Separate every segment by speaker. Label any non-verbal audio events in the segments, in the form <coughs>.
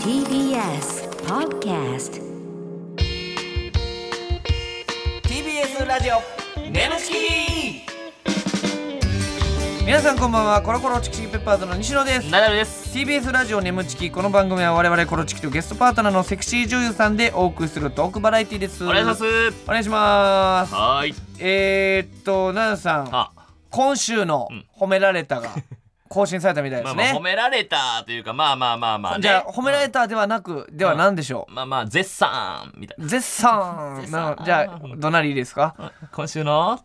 Speaker 1: TBS Podcast
Speaker 2: TBS ラジオネムチキ皆さんこんばんはコロコロチキチキペッパーズの西野です
Speaker 3: ナダルです。
Speaker 2: TBS ラジオネムチキこの番組は我々コロチキとゲストパートナーのセクシー女優さんでお送りするトークバラエティです
Speaker 3: お願いします。
Speaker 2: お願いします
Speaker 3: はーい。
Speaker 2: えー、っと奈良さん
Speaker 3: あ、
Speaker 2: 今週の
Speaker 3: ん
Speaker 2: 褒められ
Speaker 3: <laughs>
Speaker 2: たが更新されたみたいで
Speaker 3: まあ
Speaker 2: す
Speaker 3: まあ
Speaker 2: ね、
Speaker 3: 褒められたというか、まあまあまあまあね。
Speaker 2: じゃあ褒められたではなくでは何でしょう、
Speaker 3: まあまあ絶賛みたいな。
Speaker 2: 絶賛
Speaker 3: 絶
Speaker 2: な
Speaker 3: 賛
Speaker 2: じゃあどなりいいですか <laughs>
Speaker 3: 今週の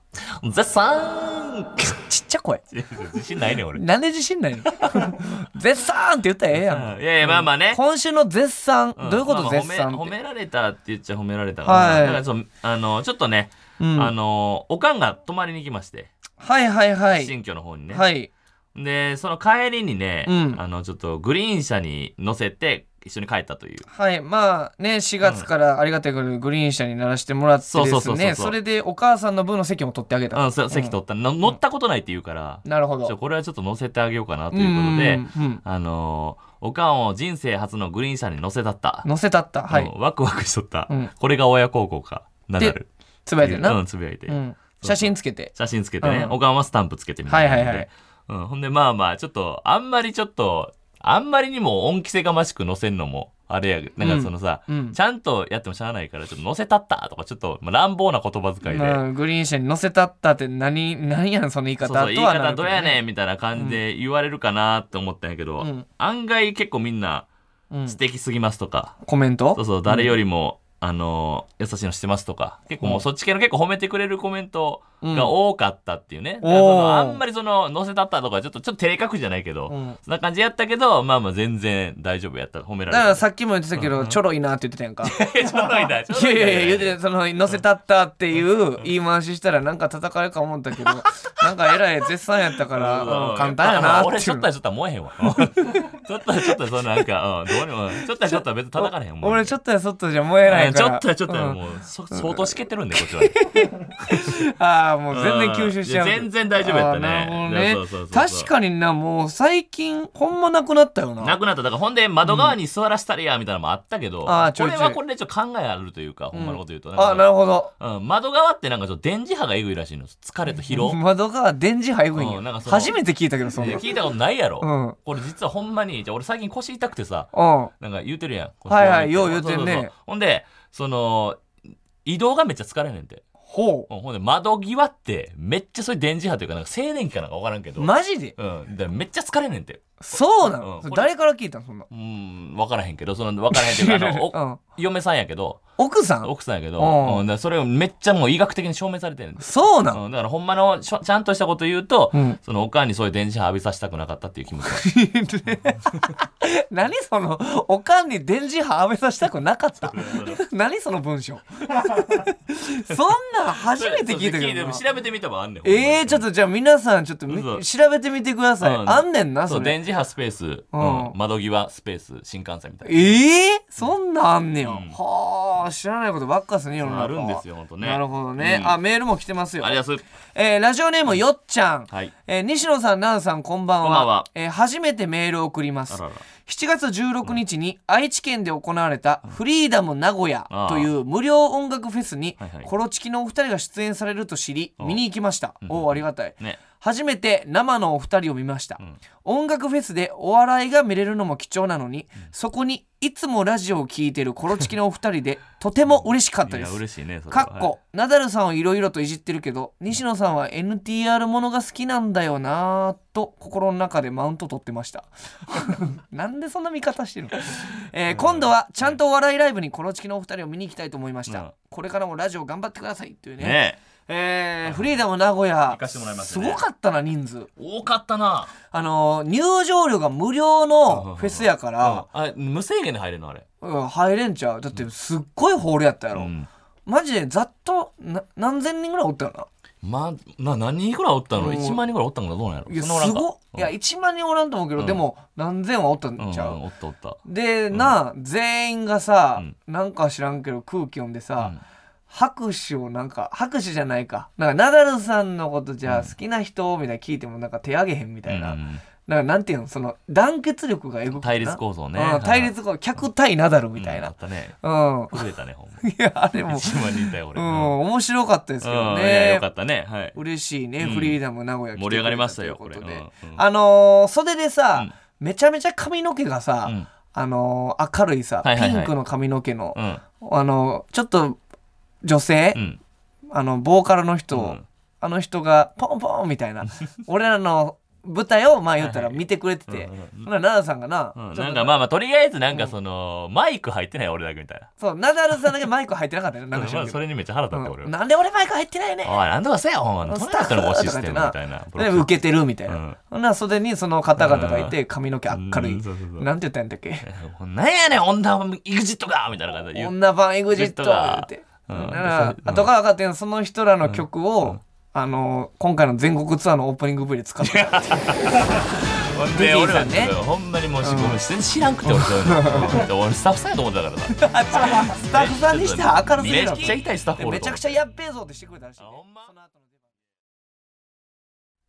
Speaker 3: 絶賛。
Speaker 2: ちっちゃい声
Speaker 3: 自信ないね俺。い
Speaker 2: なんで自信ないの <laughs> 絶賛って言ったらえ
Speaker 3: <laughs>
Speaker 2: えやん
Speaker 3: やいやまあまあね。
Speaker 2: 今週の絶賛、
Speaker 3: ん
Speaker 2: どういうこと、
Speaker 3: まあまあ
Speaker 2: 絶賛
Speaker 3: 褒
Speaker 2: っ
Speaker 3: め
Speaker 2: て
Speaker 3: 褒められたって言っちゃ褒められた
Speaker 2: はい
Speaker 3: だからそうあのちょっとね、
Speaker 2: うん
Speaker 3: あのおかんが泊まりに来まして、
Speaker 2: はいはいはい
Speaker 3: 新居の方にね、
Speaker 2: はい
Speaker 3: でその帰りにね、
Speaker 2: うん
Speaker 3: あのちょっとグリーン車に乗せて一緒に帰ったという
Speaker 2: はいまあね4月からありがたいことにグリーン車にならしてもらって
Speaker 3: そう
Speaker 2: で
Speaker 3: そう
Speaker 2: す
Speaker 3: そうそ
Speaker 2: ね
Speaker 3: うそう
Speaker 2: それでお母さんの分の席も取ってあげた
Speaker 3: うん、そう席取った、の乗ったことないって言うから、
Speaker 2: なるほ
Speaker 3: ちょ
Speaker 2: ど
Speaker 3: これはちょっと乗せてあげようかなと
Speaker 2: う
Speaker 3: い
Speaker 2: ん
Speaker 3: うことで、
Speaker 2: うんうん
Speaker 3: あのーおかんを人生初のグリーン車に乗せたった、
Speaker 2: 乗せたったは
Speaker 3: う
Speaker 2: い
Speaker 3: んワクワクしとった、
Speaker 2: うん
Speaker 3: これが親孝行かななる
Speaker 2: つぶやいてるな、
Speaker 3: うん、つぶやいて、
Speaker 2: うん写真つけて
Speaker 3: 写真つけてね、
Speaker 2: うん
Speaker 3: おかんはスタンプつけてみたいな
Speaker 2: はいはいはい
Speaker 3: うん、ほんでまあまあちょっとあんまりちょっとあんまりにも恩着せがましく乗せんのもあれやなんかそのさ、
Speaker 2: うん
Speaker 3: ちゃんとやってもしゃあないからちょっと乗せたったとかちょっとまあ乱暴な言葉遣いで、
Speaker 2: うんグリーン車に乗せたったって何何やねんその言い方
Speaker 3: そう
Speaker 2: とは
Speaker 3: そ
Speaker 2: なる
Speaker 3: う言い方
Speaker 2: けど
Speaker 3: どうやねんみたいな感じで言われるかなって思ったんやけど、
Speaker 2: うん
Speaker 3: 案外結構みんな
Speaker 2: うん
Speaker 3: 素敵すぎますとか、
Speaker 2: コメント
Speaker 3: そうそう誰よりも、あの優しいのしてますとか結構もうそっち系の結構褒めてくれるコメントが多かったっていうね、
Speaker 2: うん
Speaker 3: だからその
Speaker 2: おー
Speaker 3: あんまりその載せたったとかちょっとちょっと照れ隠しじゃないけど、
Speaker 2: うん
Speaker 3: そんな感じやったけどまあまあ全然大丈夫やった褒められ
Speaker 2: だ
Speaker 3: た
Speaker 2: からさっきも言ってたけど、ちょろいなって言ってたやんか
Speaker 3: え <laughs> ちょっといないちょ
Speaker 2: <laughs>
Speaker 3: っ
Speaker 2: い
Speaker 3: と
Speaker 2: や
Speaker 3: い
Speaker 2: い
Speaker 3: ない
Speaker 2: やいや言うてその乗せたったっていう言い回ししたらなんか叩かれるか思った
Speaker 3: <laughs>
Speaker 2: けどなんかえらい絶賛やったからうん簡単やな
Speaker 3: 俺
Speaker 2: って
Speaker 3: ち
Speaker 2: い
Speaker 3: ょ
Speaker 2: う
Speaker 3: っとはちょっとは燃えへんわちょっとはちょっとはそのなんか、うん、どうにもちょっとはちょっとは別に叩かれへん
Speaker 2: <laughs>
Speaker 3: もん
Speaker 2: 俺ちょっとやそっとじゃ燃えない
Speaker 3: うんち
Speaker 2: か
Speaker 3: ょ
Speaker 2: ら
Speaker 3: っとやちょっとや
Speaker 2: うん
Speaker 3: もうそ相当しけてるんでこっちは
Speaker 2: ああもう全然吸収しちゃう
Speaker 3: いや全然大丈夫やったね
Speaker 2: あーなるほど
Speaker 3: そうそうそうそう
Speaker 2: 確かになもう最近ほんまなくなったよな
Speaker 3: なくなっただからほんで窓側に座らせたりやみたいなのもあったけど、
Speaker 2: あーちょ
Speaker 3: こ
Speaker 2: いちょ
Speaker 3: れ
Speaker 2: い
Speaker 3: はこれでちょっと考えあるというか、ほんまのこと言うと
Speaker 2: あーな
Speaker 3: る
Speaker 2: るほど
Speaker 3: うん、窓側ってなんかちょっと電磁波がえぐいらしいの疲れと疲労
Speaker 2: 窓が電磁配分
Speaker 3: うんな
Speaker 2: や
Speaker 3: んかその
Speaker 2: 初めて聞いたけどそん
Speaker 3: い
Speaker 2: な
Speaker 3: や
Speaker 2: ん
Speaker 3: 聞いたことないやろ、
Speaker 2: うん
Speaker 3: これ実はほんまにじゃあ俺最近腰痛くてさ
Speaker 2: うん
Speaker 3: なんか言うてるやん腰
Speaker 2: はいはい
Speaker 3: 痛
Speaker 2: よう言うてんね
Speaker 3: そうそうそうほんでその移動がめっちゃ疲れんねんて
Speaker 2: ほ
Speaker 3: うんほんで窓際ってめっちゃそういう電磁波というかなんか静電気かなんか分からんけ
Speaker 2: う
Speaker 3: ど、
Speaker 2: マジで
Speaker 3: うん、だからめっちゃ疲れんねんて
Speaker 2: そうな
Speaker 3: う
Speaker 2: の
Speaker 3: ん
Speaker 2: それ誰から聞いたのそんな
Speaker 3: うん分からへんけどその分からへんっていうか
Speaker 2: <laughs>
Speaker 3: あの
Speaker 2: うん
Speaker 3: お嫁さんやけど
Speaker 2: 奥さん
Speaker 3: 奥さんやけど、
Speaker 2: うん
Speaker 3: うんだからそれをめっちゃもう医学的に証明されてるんです、
Speaker 2: そうなの
Speaker 3: うん、だからほんまのしょちゃんとしたこと言うと、
Speaker 2: うん
Speaker 3: そのおかんにそういう電磁波浴びさせたくなかったっていう気持ちが
Speaker 2: <laughs> 何そのおかんに電磁波浴びさせたくなか
Speaker 3: <laughs>
Speaker 2: った何その文章 <laughs> そんなん <laughs> 初めて聞いたけどな
Speaker 3: そうそう聞いて調べてみたらあんねん
Speaker 2: ええー、ちょっ
Speaker 3: と
Speaker 2: とじゃあ皆さんちょっとみ
Speaker 3: 嘘
Speaker 2: 調べてみてください、
Speaker 3: うん
Speaker 2: あんねんなそ
Speaker 3: そ
Speaker 2: うれ
Speaker 3: 電磁波スペース、うん窓際スペース新幹線みたいな
Speaker 2: ええー、そんなんあんねや、
Speaker 3: うん
Speaker 2: はあ知らないことばっかっすね世の中は
Speaker 3: あるんですよほんとね
Speaker 2: なるほどね、
Speaker 3: うん
Speaker 2: あメールも来てますよ
Speaker 3: ありがとうございます
Speaker 2: えーラジオネームよっちゃん、
Speaker 3: はい
Speaker 2: えー西野さん、なンさん、こんばんは
Speaker 3: こんばんは
Speaker 2: えー初めてメールを送ります
Speaker 3: あらら
Speaker 2: 7月16日に愛知県で行われたフリーダム名古屋
Speaker 3: あー
Speaker 2: という無料音楽フェスに
Speaker 3: はいはい
Speaker 2: コロチキのお二人が出演されると知り
Speaker 3: あー
Speaker 2: 見に行きましたおおありがたい
Speaker 3: ね
Speaker 2: 初めて生のお二人を見ました、
Speaker 3: ん
Speaker 2: 音楽フェスでお笑いが見れるのも貴重なのに、そこにいつもラジオを聴いてるコロチキのお二人でとても嬉しかった
Speaker 3: い
Speaker 2: で
Speaker 3: や
Speaker 2: す
Speaker 3: 嬉しいねそれは
Speaker 2: かっこ、ナダルさんをいろいろといじってるけど西野さんは NTR ものが好きなんだよなぁと心の中でマウント取ってました <laughs> なんでそんな見方してるの、えー今度はちゃんとお笑いライブにコロチキのお二人を見に行きたいと思いました、
Speaker 3: うん
Speaker 2: これからもラジオ頑張ってくださいっていう
Speaker 3: はい
Speaker 2: ね
Speaker 3: ね
Speaker 2: えーフリーダム名古屋
Speaker 3: 行かしてもらいます
Speaker 2: す
Speaker 3: よね
Speaker 2: ごかったな人数
Speaker 3: 多かったな
Speaker 2: あのー入場料が無料のフェスやか
Speaker 3: あ
Speaker 2: ら、
Speaker 3: あ無制限で入れるのあれ
Speaker 2: うん入れんちゃうだってすっごいホールやったやろ、
Speaker 3: うん
Speaker 2: マジでざっとな何千人ぐらいおったよな
Speaker 3: まあな何人ぐらいおった
Speaker 2: う
Speaker 3: の
Speaker 2: ん
Speaker 3: 1万人ぐらいおったんかどうなんやろ
Speaker 2: いや
Speaker 3: そ
Speaker 2: す
Speaker 3: んなおらんか
Speaker 2: ごいや1万人おらんと思うけど、
Speaker 3: うん
Speaker 2: でも何千はおったん
Speaker 3: うん
Speaker 2: ちゃう、
Speaker 3: うんおったおった
Speaker 2: でなあ全員がさ、
Speaker 3: う
Speaker 2: なんか知らんけど空気読んでさ、
Speaker 3: うん
Speaker 2: 拍手をなんか拍手じゃないかなんかナダルさんのことじゃあ好きな人みたいな聞いてもなんか手上げへんみたいな、
Speaker 3: うん
Speaker 2: だからなんていうのその団結力がえぐくてな
Speaker 3: 対立構造ね
Speaker 2: うん対立構造客対ナダルみたい
Speaker 3: うんあ
Speaker 2: な
Speaker 3: ったね
Speaker 2: うん、 <laughs>
Speaker 3: 崩れたねほんま
Speaker 2: いやあれも
Speaker 3: 一万人いたよ
Speaker 2: う
Speaker 3: 俺
Speaker 2: ん
Speaker 3: うん
Speaker 2: 面白かったですけど
Speaker 3: うんいや
Speaker 2: ね
Speaker 3: よかったねはい
Speaker 2: 嬉しいね、
Speaker 3: うん
Speaker 2: フリーダム名古屋来てく
Speaker 3: 盛
Speaker 2: れ
Speaker 3: り上がりました
Speaker 2: と
Speaker 3: よ
Speaker 2: い
Speaker 3: こ
Speaker 2: う
Speaker 3: れ
Speaker 2: と
Speaker 3: うん
Speaker 2: で
Speaker 3: うん
Speaker 2: あのー袖でさ、
Speaker 3: うん
Speaker 2: めちゃめちゃ髪の毛がさ、
Speaker 3: うん
Speaker 2: あのー明るいさ、
Speaker 3: はいはいはい
Speaker 2: ピンクの髪の毛の、
Speaker 3: うん
Speaker 2: あのーちょっと女性、
Speaker 3: うん
Speaker 2: あのボーカルの人、
Speaker 3: うん
Speaker 2: あの人がポンポンみた
Speaker 3: <laughs>
Speaker 2: いな俺らの舞台をまあ言ったら見てくれてて、
Speaker 3: うんうんうん
Speaker 2: ほなナダルさんがな,、
Speaker 3: うん
Speaker 2: ちょっ
Speaker 3: な
Speaker 2: と
Speaker 3: んかまあまあとりあえずなんかそのマイク入ってない俺だけみたいな
Speaker 2: そうナダルさんだけマイク入ってなかったよねなん
Speaker 3: ま
Speaker 2: か知らん
Speaker 3: あ
Speaker 2: け
Speaker 3: そ
Speaker 2: ど
Speaker 3: れにめっちゃ腹立って
Speaker 2: う
Speaker 3: 俺
Speaker 2: ん
Speaker 3: は
Speaker 2: なんで俺マイク入ってないねん
Speaker 3: おいなんとかせよほんまとりあえずのこうシステムみたいな
Speaker 2: で受けてるみたいな、
Speaker 3: うん
Speaker 2: ほんなら袖にその方々がいて髪の毛明るい、
Speaker 3: うんそうそうそう
Speaker 2: なんて言ったんだっけ
Speaker 3: なんやねん女は EXIT がみたいな感じで言う
Speaker 2: 女版エグジット
Speaker 3: EXIT が
Speaker 2: って、
Speaker 3: うん
Speaker 2: だから
Speaker 3: うん
Speaker 2: 後から分かってんのその人らの曲を、あの今回の全国ツアーのオープニング V で使ってたっていう
Speaker 3: で
Speaker 2: ベリー
Speaker 3: 俺
Speaker 2: さ
Speaker 3: ら
Speaker 2: んね
Speaker 3: ほんまにもうしごめん全然知らんくて俺そういうの
Speaker 2: <laughs>
Speaker 3: で俺スタッフさんやと思ってたからさ
Speaker 2: スタッフさんにしては明るすぎる
Speaker 3: めっちゃ痛いスタッフおる
Speaker 2: め
Speaker 3: と
Speaker 2: ちゃ
Speaker 3: 思う
Speaker 2: くちゃやっべえぞってしてくれたらしいね、
Speaker 3: あほんま
Speaker 2: その後の出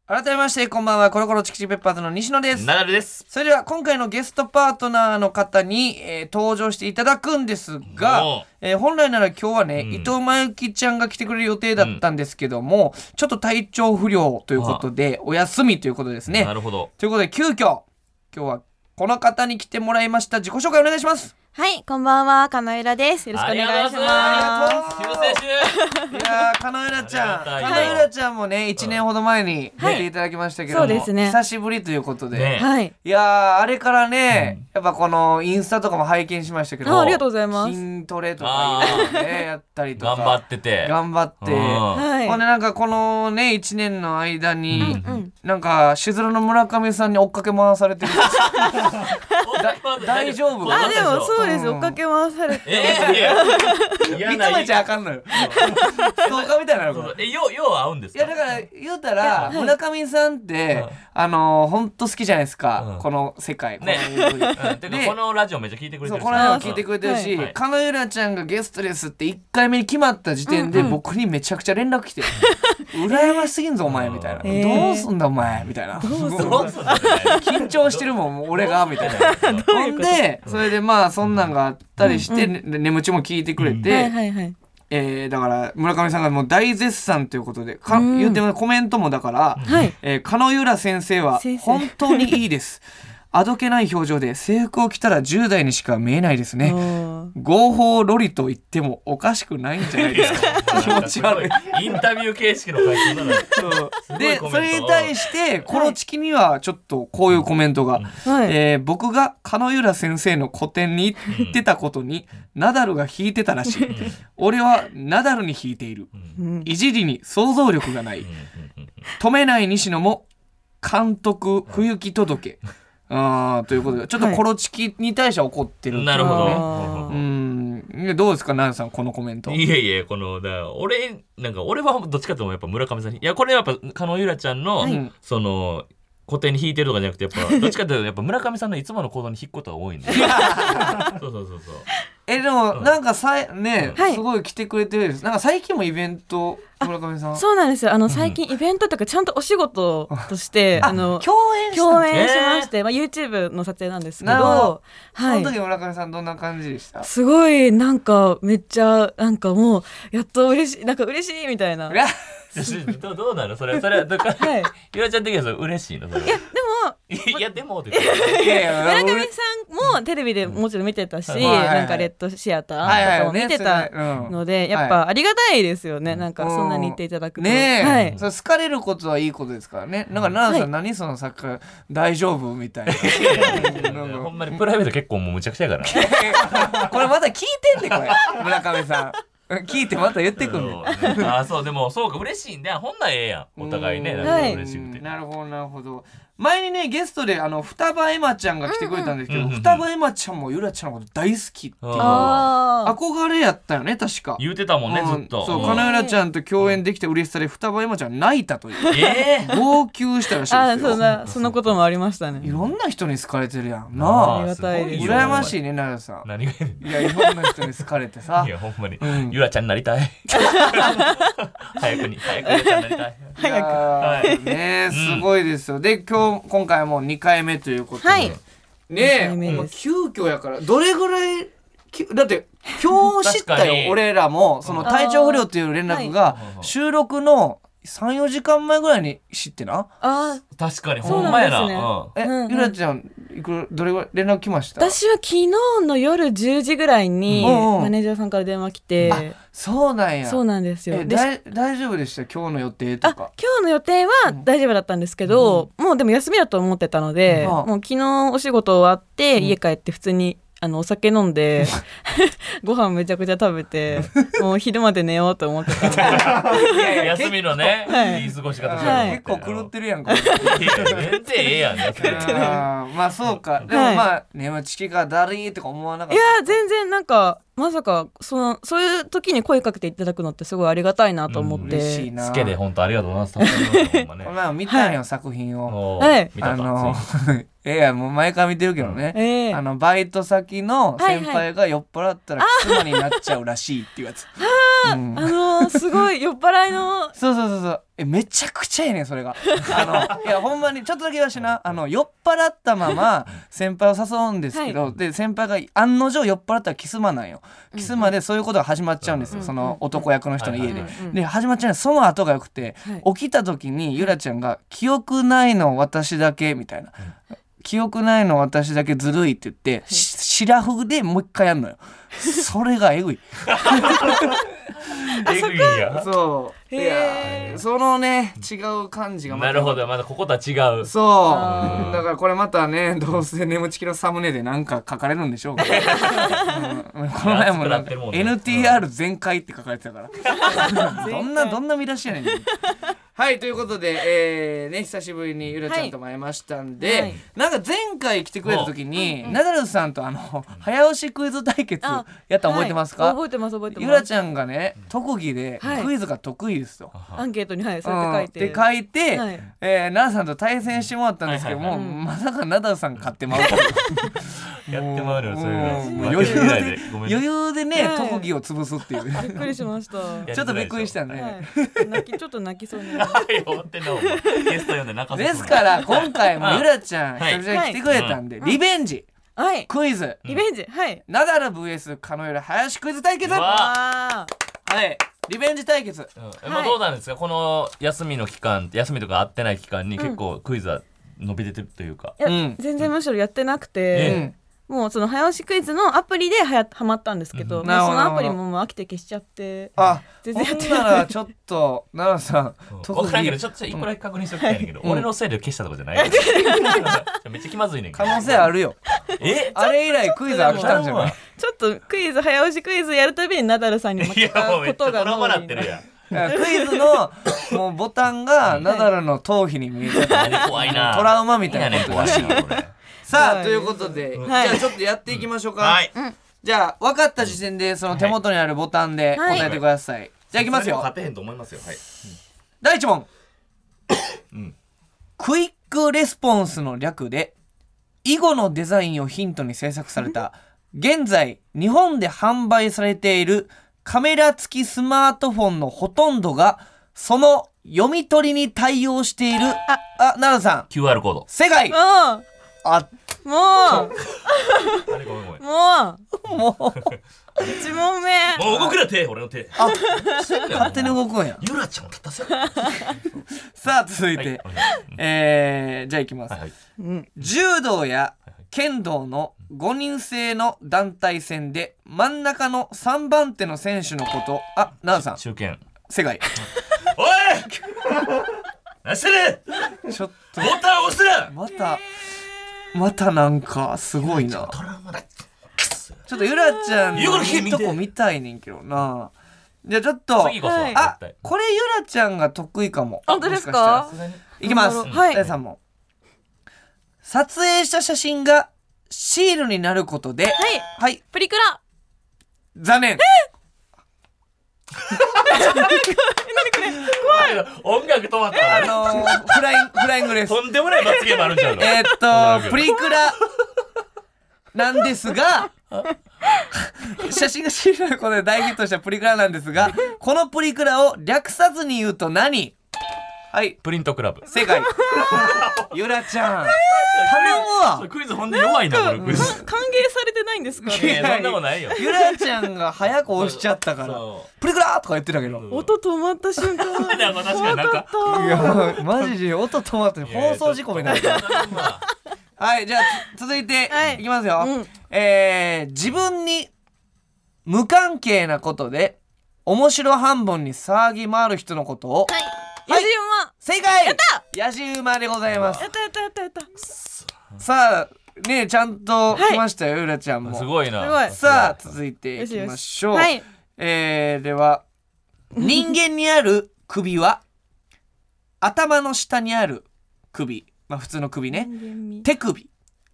Speaker 2: 番改めましてこんばんはコロコロチキチキペッパーズの西野です
Speaker 3: ナダルです
Speaker 2: それでは今回のゲストパートナーの方に、えー登場していただくんですが
Speaker 3: お、
Speaker 2: えー本来なら今日はね、
Speaker 3: うん
Speaker 2: 伊藤真由紀ちゃんが来てくれる予定だったんですけども、ちょっと体調不良ということでお休みということですね
Speaker 3: な。るほど
Speaker 2: ということで急遽今日はこの方に来てもらいました自己紹介お願いします。
Speaker 4: はい、こんばんは、かなうらです。よろしくお願いしま
Speaker 2: あり
Speaker 4: す。
Speaker 2: がとう
Speaker 3: 久保選
Speaker 2: いやー、金浦ちゃん、
Speaker 3: ありが
Speaker 2: 金
Speaker 3: たい
Speaker 2: 浦ちゃんもね、1年ほど前に
Speaker 4: はい
Speaker 2: 出ていただきましたけども、
Speaker 4: そうですね
Speaker 2: 久しぶりということで、
Speaker 3: ね
Speaker 4: はい。
Speaker 2: いやー、あれからね、やっぱこのインスタとかも拝見しましたけど、
Speaker 4: あ、ありがとうございます。
Speaker 2: 筋トレとかいろいろね、やったり
Speaker 3: 手
Speaker 2: とか、
Speaker 3: 頑張ってて
Speaker 2: 頑張って、
Speaker 3: うん
Speaker 4: はい。
Speaker 2: ほんでなんかこのね、1年の間に、
Speaker 4: うんうん
Speaker 2: なんか、しずるの村上さんに追っかけ回されてる。大丈夫
Speaker 4: あ、でもそうです。
Speaker 2: うん
Speaker 4: 追っかけ回されて。
Speaker 3: えーいや嫌
Speaker 2: 認
Speaker 3: な
Speaker 2: めちゃあかんのよ。ストーカーみたいになるか
Speaker 3: そう
Speaker 2: ら
Speaker 3: そうえようよう会うんです
Speaker 2: い
Speaker 3: か
Speaker 2: やだから言うたら村上さんって、
Speaker 3: うん
Speaker 2: あのー、ほんと好きじゃないですか、
Speaker 3: うん
Speaker 2: この世界この
Speaker 3: ね
Speaker 2: AV
Speaker 3: うんて
Speaker 2: で
Speaker 3: かこのラジオめっちゃ聞いてくれて
Speaker 2: そう
Speaker 3: るし
Speaker 2: この間も聞いてくれてるし、
Speaker 3: はい
Speaker 2: かのゆらちゃんがゲストですって1回目に決まった時点で僕にめちゃくちゃ連絡来
Speaker 3: <laughs>
Speaker 2: て「羨ましすぎんぞお前」みたいな「
Speaker 4: えー
Speaker 2: どうすんだお前」みたいな
Speaker 3: どうすんの
Speaker 2: 緊張してるもんもう俺がみたいな。
Speaker 3: な
Speaker 2: ほんでそれでまあそんなんがあったりして、ね眠ちも聞いてくれて、
Speaker 4: はいはいはい。
Speaker 2: えーだから村上さんがもう大絶賛ということでか
Speaker 4: うん
Speaker 2: 言ってもコメントもだから、
Speaker 4: はい。
Speaker 2: えー、狩野由良先生は
Speaker 4: 先生
Speaker 2: 本当にいいです。あどけない表情で制服を着たら10代にしか見えないですね。
Speaker 4: おー
Speaker 2: 合法ロリと言ってもおかしくないんじゃないですか。気持ち悪い。
Speaker 3: インタビュー形式の会見だなすごい
Speaker 2: で、
Speaker 3: コメント
Speaker 2: それに対して、コロチキにはちょっとこういうコメント
Speaker 4: は
Speaker 2: が。
Speaker 4: い。
Speaker 2: えー僕が狩野由良先生の個展に行ってたことに、ナダルが引いてたらしい。俺はナダルに引いている。
Speaker 4: うん
Speaker 2: いじりに想像力がない。止めない西野も監督冬木届けあーということでちょっとコロチキに対しては怒ってる、
Speaker 3: なるほ
Speaker 4: あ
Speaker 3: ど
Speaker 2: う。んいやどうですかナンさんこのコメント
Speaker 3: いやいや、この、だから俺、なんか俺はどっちかというとやっぱ村上さんに。いや、これはやっぱ、加納ゆらちゃんの、
Speaker 2: い
Speaker 3: その、固定に弾いてるとかじゃなくて、やっぱ、どっちかというと、やっぱ村上さんのいつもの行動に引くことが多いんで。そうそうそうそう。
Speaker 2: えでも
Speaker 3: うん
Speaker 2: なんかさね、
Speaker 4: はい
Speaker 2: すごい来てくれてるですなんか最近もイベント村上さん
Speaker 4: そうなんですよ。あの最近イベントとかちゃんとお仕事として、あの
Speaker 2: 共演した
Speaker 4: 共
Speaker 2: の
Speaker 4: 演しまして、まあ YouTube の撮影なんですけ
Speaker 2: なるほど
Speaker 4: ど、は
Speaker 2: そ
Speaker 4: い
Speaker 2: の。時村上さんどんな感じでした
Speaker 4: すごいなんかめっちゃなんかもうやっと嬉しいなんか嬉しいみたいな。
Speaker 2: いや
Speaker 3: どどうなのそれ、それ、だから、
Speaker 4: はい。
Speaker 3: ゆらちゃん的にはそれ嬉しいのそれ。
Speaker 4: でも
Speaker 3: いや、でも、って
Speaker 2: いや
Speaker 4: <laughs> 村
Speaker 2: いや
Speaker 4: 上
Speaker 2: 俺
Speaker 4: さんもテレビでもちろん見てたし、
Speaker 3: うん
Speaker 2: はいはい
Speaker 4: なんかレッドシアタ
Speaker 2: はいは
Speaker 4: ー
Speaker 2: い
Speaker 4: とかも見てた
Speaker 2: ね
Speaker 4: ので、やっぱありがたいですよね、なんかそんなに言っていただくと。
Speaker 2: ねえ、
Speaker 4: はい
Speaker 2: それ好かれることはいいことですからねなんか奈々さん、何その作家大丈夫みたいな
Speaker 3: ほんまにプライベート結構もうむちゃくちゃやから。
Speaker 2: これまだ聞いてんね
Speaker 3: <laughs>
Speaker 2: これ村上さん聞いてまた言ってくんね
Speaker 3: うんあーそうでもそうか嬉しいんだほんならええやんお互いね
Speaker 2: うん
Speaker 3: なんか嬉しくて、
Speaker 2: なるほどなるほど前にねゲストであの双葉エマちゃんが来てくれたんですけど、
Speaker 3: うんうんうんうん
Speaker 2: 双葉エマちゃんもゆらちゃんのこと大好きっていう
Speaker 4: あ
Speaker 2: 憧れやったよね確か
Speaker 3: 言うてたもんね
Speaker 2: うん
Speaker 3: ずっと
Speaker 2: そううん金浦ちゃんと共演できて嬉しさで双葉エマちゃん泣いたという
Speaker 3: <laughs> え
Speaker 2: 号泣したらし
Speaker 4: あ、あ
Speaker 2: い
Speaker 4: あ
Speaker 2: ですよ
Speaker 4: そんなそんなこともありました
Speaker 2: い
Speaker 4: ね。
Speaker 2: ろんな人に好かれてるやん
Speaker 3: ー
Speaker 2: な
Speaker 4: あ
Speaker 2: あ
Speaker 4: りがたいです
Speaker 3: すご
Speaker 2: 羨まし
Speaker 3: い
Speaker 2: いね奈良さ
Speaker 3: よ何がやね
Speaker 2: んいやいろんな人に好かれてさ
Speaker 3: んいやほんまに、
Speaker 2: うん
Speaker 3: ゆらちゃんになりたい早くに早くゆらちゃんにな
Speaker 2: い
Speaker 3: りたい
Speaker 2: や
Speaker 4: 早く。
Speaker 2: ー
Speaker 3: はい
Speaker 2: ね
Speaker 3: ん
Speaker 2: すごいですよ。で今日今回はもう2回目ということで、
Speaker 4: はい
Speaker 2: ね
Speaker 4: 二回目
Speaker 2: もう
Speaker 4: です
Speaker 2: 急遽やからどれぐらいきだって今日知った
Speaker 3: 確かに
Speaker 2: よ俺らもその体調不良という連絡が
Speaker 3: あーはい
Speaker 2: 収録の34時間前ぐらいに知ってな。
Speaker 4: ああ、
Speaker 3: 確かに
Speaker 4: そ
Speaker 3: ほ
Speaker 4: うん
Speaker 3: ま
Speaker 4: なん
Speaker 3: や
Speaker 4: です
Speaker 3: な
Speaker 4: ね
Speaker 3: うん
Speaker 2: え、
Speaker 4: うんうん
Speaker 2: ゆらちゃんいくらどれぐらい連絡来ました？
Speaker 4: 私は昨日の夜10時ぐらいに、
Speaker 2: うんうん
Speaker 4: マネージャーさんから電話来て、
Speaker 2: そうなんや。
Speaker 4: そうなんですよ。
Speaker 2: え
Speaker 4: で
Speaker 2: だい大丈夫でした今日の予定
Speaker 4: あ
Speaker 2: と
Speaker 4: 今
Speaker 2: か。
Speaker 4: 日の予定は大丈夫だったんですけど、もうでも休みだと思ってたので、
Speaker 2: うん
Speaker 4: もう昨日お仕事終わって、家帰って普通にあのお酒飲ん
Speaker 2: <laughs>
Speaker 4: でご飯めちゃくちゃ食べてもう昼まで寝ようと思ってたので
Speaker 3: 休みのね
Speaker 4: はい
Speaker 3: いい過ごし方
Speaker 4: はい
Speaker 2: 結構狂ってるやんか。
Speaker 3: いや全然ええやんね
Speaker 2: あーまあそうか。でもまあ、ねまあチキがだるいとか思わなか
Speaker 4: い
Speaker 2: っ
Speaker 4: や
Speaker 2: た。
Speaker 4: ー全然なんかまさかそのそういう時に声かけていただくのってすごいありがたいなと思って、
Speaker 2: 嬉しいな。
Speaker 3: スケで本当ありがとうございます助かりましたほんまね
Speaker 2: まあ見たんよ作品を。
Speaker 3: お
Speaker 4: はい
Speaker 3: ー見た
Speaker 2: あの
Speaker 3: か
Speaker 2: <laughs> いやもう前から見てるけどね。
Speaker 4: ええ
Speaker 2: あのバイト先の先輩が酔っ払ったら妻になっちゃうらしいっていうやつ。うん
Speaker 4: あのーすごい酔っ払い
Speaker 2: <laughs>
Speaker 4: の
Speaker 2: そうそうそうそうえめちゃくちゃやねんそれがあ
Speaker 4: <laughs>
Speaker 2: のいやほんまにちょっとだけ言わしてなあの酔っ払ったまま先輩を誘うんですけど、で先輩が案の定酔っ払ったらキスマなんよキスマでそういうことが始まっちゃうんですよ、
Speaker 4: うん
Speaker 2: その男役の人の家で、
Speaker 3: うん
Speaker 4: うんうん
Speaker 2: で始まっちゃうんですその後がよくて、
Speaker 4: はい
Speaker 2: 起きた時にゆらちゃんが「記憶ないの私だけ」みたいな。記憶ないの私だけずるいって言って、し白フでもう一回やんの
Speaker 4: <laughs>
Speaker 2: よ。それがえぐい。
Speaker 3: えぐいや
Speaker 2: そう。い
Speaker 4: へー
Speaker 2: や、そのね、違う感じがまた
Speaker 3: なるほどまだこことは違う <laughs>
Speaker 2: そう
Speaker 4: あ
Speaker 2: うんだからこれまたねどうせ眠ちきのサムネでなんか書かれるんでしょう
Speaker 4: <laughs>
Speaker 2: けどうんこの前もなん
Speaker 3: 熱くなっ
Speaker 2: か
Speaker 3: てるもんね
Speaker 2: NTR 全開って書かれてたから <laughs> どんなどんな見出しやねんはいということで、えーね久しぶりにゆらちゃんとも会いましたんで、
Speaker 4: はい
Speaker 2: なんか前回来てくれた時に、ナダルさんとあの早押しクイズ対決
Speaker 4: あ
Speaker 2: やったの覚えてますか、
Speaker 4: はい覚えてます覚えてます
Speaker 2: ゆらちゃんがね特技で
Speaker 4: はい
Speaker 2: クイズが得意ですと。
Speaker 4: アンケートにはいそうやって書いて、
Speaker 2: うんで書いて、
Speaker 4: はい
Speaker 2: えーナダさんと対戦してもらったんですけども、
Speaker 3: はい
Speaker 4: はいはい
Speaker 2: まさかナダさん勝ってまうと
Speaker 3: <laughs> やってまうのよそういうの
Speaker 2: もう
Speaker 3: 負
Speaker 2: 余
Speaker 3: け
Speaker 2: 裕
Speaker 3: ず嫌いで
Speaker 2: で
Speaker 3: ごめんね
Speaker 2: 余裕でね、
Speaker 4: はい
Speaker 2: 特技を潰すってい
Speaker 4: <laughs>
Speaker 2: う
Speaker 4: びっくりしました。は
Speaker 3: や
Speaker 2: ちょっとびっくりしたね、
Speaker 4: い、泣きちょっと泣きそうになる。
Speaker 3: はい終わってんなお前ゲスト呼んで泣かせ
Speaker 2: ですから今回も
Speaker 3: はい
Speaker 2: ゆらちゃん
Speaker 3: はい
Speaker 2: 久々に来てくれたんで、リベンジ
Speaker 4: はい、
Speaker 2: クイズ、
Speaker 4: リベンジ、はい。
Speaker 2: ナダル VS カノエル林クイズ対決
Speaker 3: うわ
Speaker 2: は
Speaker 4: あ
Speaker 2: いリベンジ対決
Speaker 3: うんえまあどうなんですかこの休みの期間休みとか会ってない期間に結構クイズは伸び出てるというか
Speaker 4: ーいや、
Speaker 2: うん
Speaker 4: 全然むしろやってなく
Speaker 2: う
Speaker 4: て、
Speaker 2: ん
Speaker 4: もうその早押しクイズのアプリではやはまったんですけど、
Speaker 2: うん
Speaker 4: もうそ
Speaker 2: な
Speaker 4: のア
Speaker 2: るほど
Speaker 4: プリももう飽きて消しちゃって、
Speaker 2: あ
Speaker 4: 全
Speaker 2: ほ
Speaker 4: 然やっ
Speaker 2: ん
Speaker 4: て
Speaker 2: な
Speaker 4: な
Speaker 2: ら
Speaker 4: い。
Speaker 2: ちょっと奈良さん
Speaker 3: 分
Speaker 2: 特
Speaker 3: からんけ
Speaker 2: 技
Speaker 3: どちょっと一個だけ確認しておきたいんだけど
Speaker 2: うん
Speaker 3: 俺のせいで消したとかじゃないからめっちゃ気まずいねんけど
Speaker 2: 可能性あ
Speaker 4: <laughs>
Speaker 2: るよ
Speaker 3: え
Speaker 2: あれ以来クイズ飽きたんじゃない
Speaker 4: ちょっとクイズ早押しクイズやるたびにナダルさんに負
Speaker 3: い
Speaker 4: け
Speaker 3: や
Speaker 4: た
Speaker 3: もう
Speaker 4: こ
Speaker 3: めっち
Speaker 4: と
Speaker 3: ゃト
Speaker 4: が
Speaker 3: ラウマなって
Speaker 4: 脳裏
Speaker 3: る
Speaker 4: に
Speaker 3: やん
Speaker 2: いやクイズの
Speaker 3: <laughs>
Speaker 2: もうボタンがナダルの頭皮に見えてた
Speaker 3: 怖いな
Speaker 2: トラウマみたいな
Speaker 3: ね
Speaker 2: こと
Speaker 3: 怖
Speaker 2: だ
Speaker 3: い
Speaker 2: し
Speaker 3: なこれ
Speaker 2: さ
Speaker 4: は
Speaker 2: あ
Speaker 4: い
Speaker 2: ということで、
Speaker 4: はい
Speaker 2: じゃあちょっとやっていきましょうか、
Speaker 3: はい
Speaker 2: じゃあ分かった時点でその手元にあるボタンで
Speaker 4: はい
Speaker 2: 答えてください、じゃあいきますよ
Speaker 3: 勝てへんと思いますよはい
Speaker 2: 第1問、
Speaker 3: <coughs> ん
Speaker 2: クイックレスポンスの略で囲碁のデザインをヒントに制作された現在日本で販売されているカメラ付きスマートフォンのほとんどがその読み取りに対応しているあ奈良さん
Speaker 3: QR コード
Speaker 2: 世界あ
Speaker 4: もう、も
Speaker 3: あれごめんごめん
Speaker 4: う、も
Speaker 2: も <laughs> う
Speaker 4: う、一問目。
Speaker 3: もう動くな手俺の手
Speaker 2: あ勝手に動くんや
Speaker 3: ゆらちゃんを立たせろは
Speaker 2: さあ続いて、
Speaker 3: いお願い
Speaker 2: えー、じゃあいきます
Speaker 3: はいはい
Speaker 4: うん、
Speaker 2: 柔道や剣道の5人制の団体戦で真ん中の3番手の選手のことあ奈良さん
Speaker 3: 中堅
Speaker 2: 世
Speaker 3: <laughs>
Speaker 2: 界
Speaker 3: おい何してる
Speaker 2: ちょっと
Speaker 3: ボタン押すな
Speaker 2: またまたなんかすごいな
Speaker 3: トラウマだ
Speaker 2: ちょっとゆらちゃんの
Speaker 3: ゆらき
Speaker 2: い
Speaker 3: 見
Speaker 2: い
Speaker 3: て
Speaker 2: とこ見たいねんけどなじゃあちょっと
Speaker 3: 次こそ
Speaker 4: はい
Speaker 3: 絶
Speaker 2: あ
Speaker 3: 対
Speaker 2: これゆらちゃんが得意かも
Speaker 4: 本当です
Speaker 2: もししたら
Speaker 4: か
Speaker 3: さすがに
Speaker 2: いきます。
Speaker 4: なんだろうはい
Speaker 2: 第3問。撮影した写真がシールになることで、はい
Speaker 4: プリクラ
Speaker 2: 残念。
Speaker 3: 音楽止まったわ
Speaker 2: あのー、フライン、フライングです。
Speaker 3: とんでもない罰ゲームあるんちゃうの
Speaker 2: えーっと、プリクラなんですが、写真がシールになることで大ヒットしたプリクラなんですが、このプリクラを略さずに言うと何はい
Speaker 3: プリントクラブ。
Speaker 2: 正
Speaker 3: <laughs>
Speaker 2: 解ゆらちゃん頼むわ
Speaker 3: クイズほんで弱いな、これクイズ。
Speaker 4: か歓迎されてないんですか
Speaker 3: い
Speaker 2: い
Speaker 4: ね
Speaker 2: や
Speaker 3: やそんなことないよ。
Speaker 2: ゆらちゃんが早く押しちゃったから
Speaker 3: そ
Speaker 2: プリクラとか言ってたけど
Speaker 3: う。うん
Speaker 4: 音止まった瞬
Speaker 2: <laughs>
Speaker 4: 間
Speaker 3: いやまあ確かになんか
Speaker 2: い
Speaker 4: 怖かっ
Speaker 2: やマジで音止まって放送事故になる
Speaker 3: いやいや頼むわ
Speaker 2: はいじゃあつ <laughs> 続いて
Speaker 4: はい
Speaker 2: いきますよ、
Speaker 4: うん
Speaker 2: えー自分に無関係なことで面白半分に騒ぎ回る人のことを、
Speaker 4: た
Speaker 2: はい
Speaker 4: やじ馬
Speaker 2: 正解やったヤシウマでございます
Speaker 4: やったやったやったやった
Speaker 2: さあねちゃんと
Speaker 4: はい
Speaker 2: 来ましたよ、ゆらちゃんも
Speaker 3: すごいな。
Speaker 4: すごい
Speaker 2: さあ
Speaker 3: すごい
Speaker 2: 続いていきましょう
Speaker 4: はい
Speaker 2: えー、では人間にある首は頭の下にある首まあ普通の首ね手首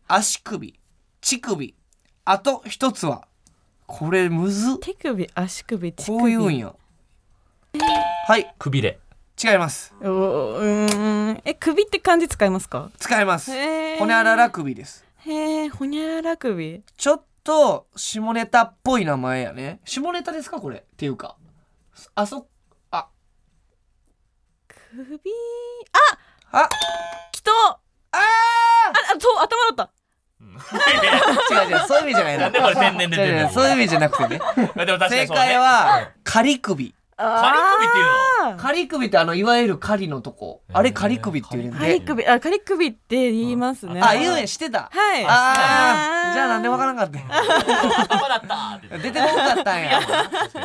Speaker 2: 足首乳首あと一つはこれむずっ
Speaker 4: 手首足首乳首
Speaker 2: こういうんやはい
Speaker 3: くびれ。
Speaker 2: 違います
Speaker 4: おーうーんえ首って漢字使いますか
Speaker 2: 使います
Speaker 4: へー
Speaker 2: ほにゃらら首です
Speaker 4: へえほにゃらら首
Speaker 2: ちょっと下ネタっぽい名前やね下ネタですかこれっていうかあそあ
Speaker 4: 首
Speaker 2: あ
Speaker 4: きとああ
Speaker 2: あ
Speaker 4: そう頭だっ
Speaker 2: ー違う違うそういう意味じゃない
Speaker 3: <laughs> な
Speaker 2: なん
Speaker 3: でこれ天然
Speaker 2: 違
Speaker 3: 出
Speaker 2: う
Speaker 3: てん
Speaker 2: 違う
Speaker 3: の
Speaker 2: そういう意味じゃなくてね
Speaker 3: まあでも確か
Speaker 2: 正
Speaker 3: にそうね
Speaker 2: 解、は仮首
Speaker 4: た
Speaker 3: 仮首っていうの
Speaker 4: あー
Speaker 2: 仮首ってあのいわゆる狩りのとこあれ
Speaker 3: へー
Speaker 2: 仮首って言うん
Speaker 4: 仮
Speaker 2: で
Speaker 4: 首あ仮首って言いますね
Speaker 2: あ言うんやしてた
Speaker 4: はい
Speaker 2: あ
Speaker 4: あー
Speaker 2: ーじゃあなんでわからんかったん <laughs> や
Speaker 3: 頭だったって言っ
Speaker 2: 出てこ
Speaker 3: て
Speaker 2: なかったんや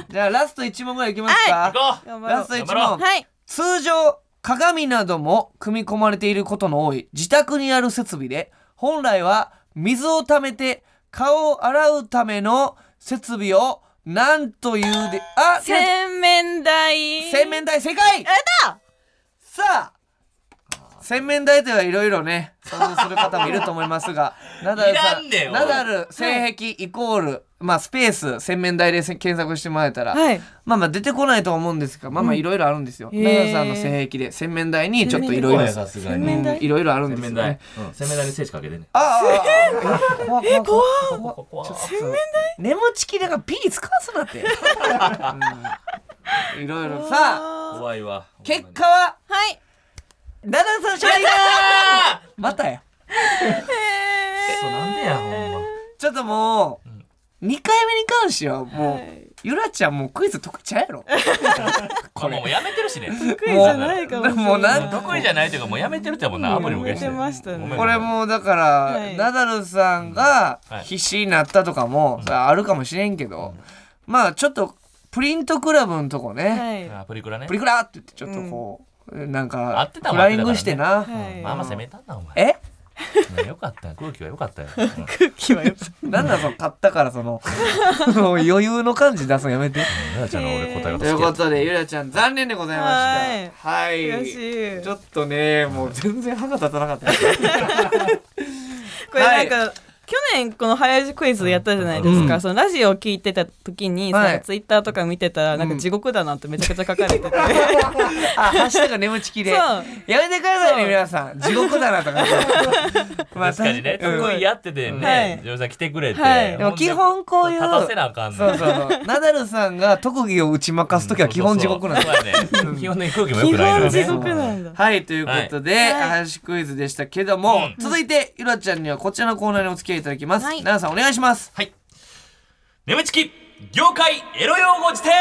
Speaker 2: じゃあラスト1問ぐらいいきます
Speaker 3: た。
Speaker 2: か
Speaker 3: 行こ
Speaker 4: 頑張ろ
Speaker 2: ラ
Speaker 4: う
Speaker 2: スト1
Speaker 3: 頑張ろ
Speaker 2: 問
Speaker 4: はい
Speaker 2: 通常鏡なども組み込まれていることの多い自宅にある設備で本来は水を溜めて顔を洗うための設備をなんというであ
Speaker 4: 洗面台
Speaker 2: 洗面台正解や
Speaker 4: た
Speaker 2: さあ洗面台ではいろいろね想像する方もいると思いますがナダルさ
Speaker 3: いらんねんおい
Speaker 2: ナダル性癖イコール、まあスペース洗面台で検索してもらえたら、
Speaker 4: はい
Speaker 2: まあまあ出てこないとは思うんですがまあまあいろいろあるんですよ、
Speaker 4: へー
Speaker 2: ナダルさんの性癖で洗面台にちょっといろ
Speaker 3: う。
Speaker 2: い
Speaker 3: こ
Speaker 2: ろ
Speaker 3: れさすが
Speaker 4: 洗
Speaker 3: に。
Speaker 4: 面台
Speaker 2: いろいろあるん
Speaker 3: 洗
Speaker 2: です
Speaker 3: 面
Speaker 2: よ
Speaker 3: 台
Speaker 2: ね。
Speaker 3: うん洗面台に聖地かけてね。
Speaker 2: ああああ怖い怖い怖い怖い
Speaker 3: ここは
Speaker 2: 洗面台眠ちきだからピー使わすなって、うんいろいろさあ
Speaker 3: 怖いわ。
Speaker 2: 結果は
Speaker 4: はい
Speaker 2: ダダンさん勝利だーまたや
Speaker 3: そうなんでやほんま。
Speaker 2: ちょっともう、2回目に関してはもう、
Speaker 4: はい
Speaker 2: ゆらちゃんもうクイズ得意ちゃうやろ
Speaker 3: これもうやめてるしね。
Speaker 4: 得意じゃないかもしれない
Speaker 2: もうなんか
Speaker 3: 得意じゃないというかもうやめてるってもうなアプリも消して。
Speaker 4: やめてましたね
Speaker 3: ごめん
Speaker 2: これ。もうだから、
Speaker 4: い
Speaker 2: ナダルさんが
Speaker 3: はい
Speaker 2: 必死になったとかも、さあるかもしれんけど、まあちょっとプリントクラブのとこね、
Speaker 4: はい
Speaker 3: あプリクラね
Speaker 2: プ。リクラって言ってちょっとこう、なん
Speaker 3: 合
Speaker 2: か
Speaker 3: ってた
Speaker 2: フ
Speaker 3: もん合っ
Speaker 2: ラ
Speaker 3: て
Speaker 2: イ
Speaker 3: た
Speaker 2: ングしてな、
Speaker 4: らねはい
Speaker 3: まあまあ攻めたんだお前。
Speaker 2: え
Speaker 3: ねよかったよ空気はよ
Speaker 2: <laughs>
Speaker 3: かったよ。うん
Speaker 4: 空気はよ
Speaker 2: なんだその買ったか
Speaker 4: <laughs>
Speaker 2: らそのもう余裕の感じ出すのやめて。
Speaker 3: ゆらちゃんの俺答えが好き
Speaker 2: と
Speaker 3: や
Speaker 2: いう
Speaker 3: った
Speaker 2: ことでゆらちゃん残念でございましたはい
Speaker 4: 悔しい
Speaker 2: ちょっとねもう全然歯が立たなかったです
Speaker 4: これなんか、去年この早字クイズやったじゃないですか、
Speaker 2: うん
Speaker 4: そのラジオを聞いてた時に、その
Speaker 2: はい
Speaker 4: ツイッターとか見てたらなんか地獄だなってめちゃくちゃ書か
Speaker 2: <laughs>
Speaker 4: れてて、
Speaker 2: あ、ハッシュタグ眠ちきで。
Speaker 4: そう
Speaker 2: やめてくださいね、
Speaker 4: そう
Speaker 2: 皆さん。地獄だな
Speaker 4: <laughs>
Speaker 2: とか。まあ
Speaker 3: 確かにね、すごいやってて
Speaker 4: はい
Speaker 3: ね、ジョージさん来てくれて。
Speaker 4: はい
Speaker 2: でも基本こういう
Speaker 3: 立たせなあかんねん
Speaker 2: そうそうそう。ナダルさんが特技を打ち負かすときは基本地獄なん
Speaker 3: で
Speaker 2: ですす。
Speaker 3: 基本的に空気も良
Speaker 4: 基
Speaker 3: くないから
Speaker 4: 本
Speaker 3: ね。
Speaker 4: 地獄なんだ、
Speaker 2: はい、ということで、
Speaker 4: はい
Speaker 2: ハッシュクイズでしたけども、続いて、ゆらちゃんにはこちらのコーナーにお付き合いいただきます。
Speaker 4: は
Speaker 2: ナ
Speaker 4: い
Speaker 2: ダルさん、お願いします。
Speaker 3: はい。眠ちき業界エロ用語辞典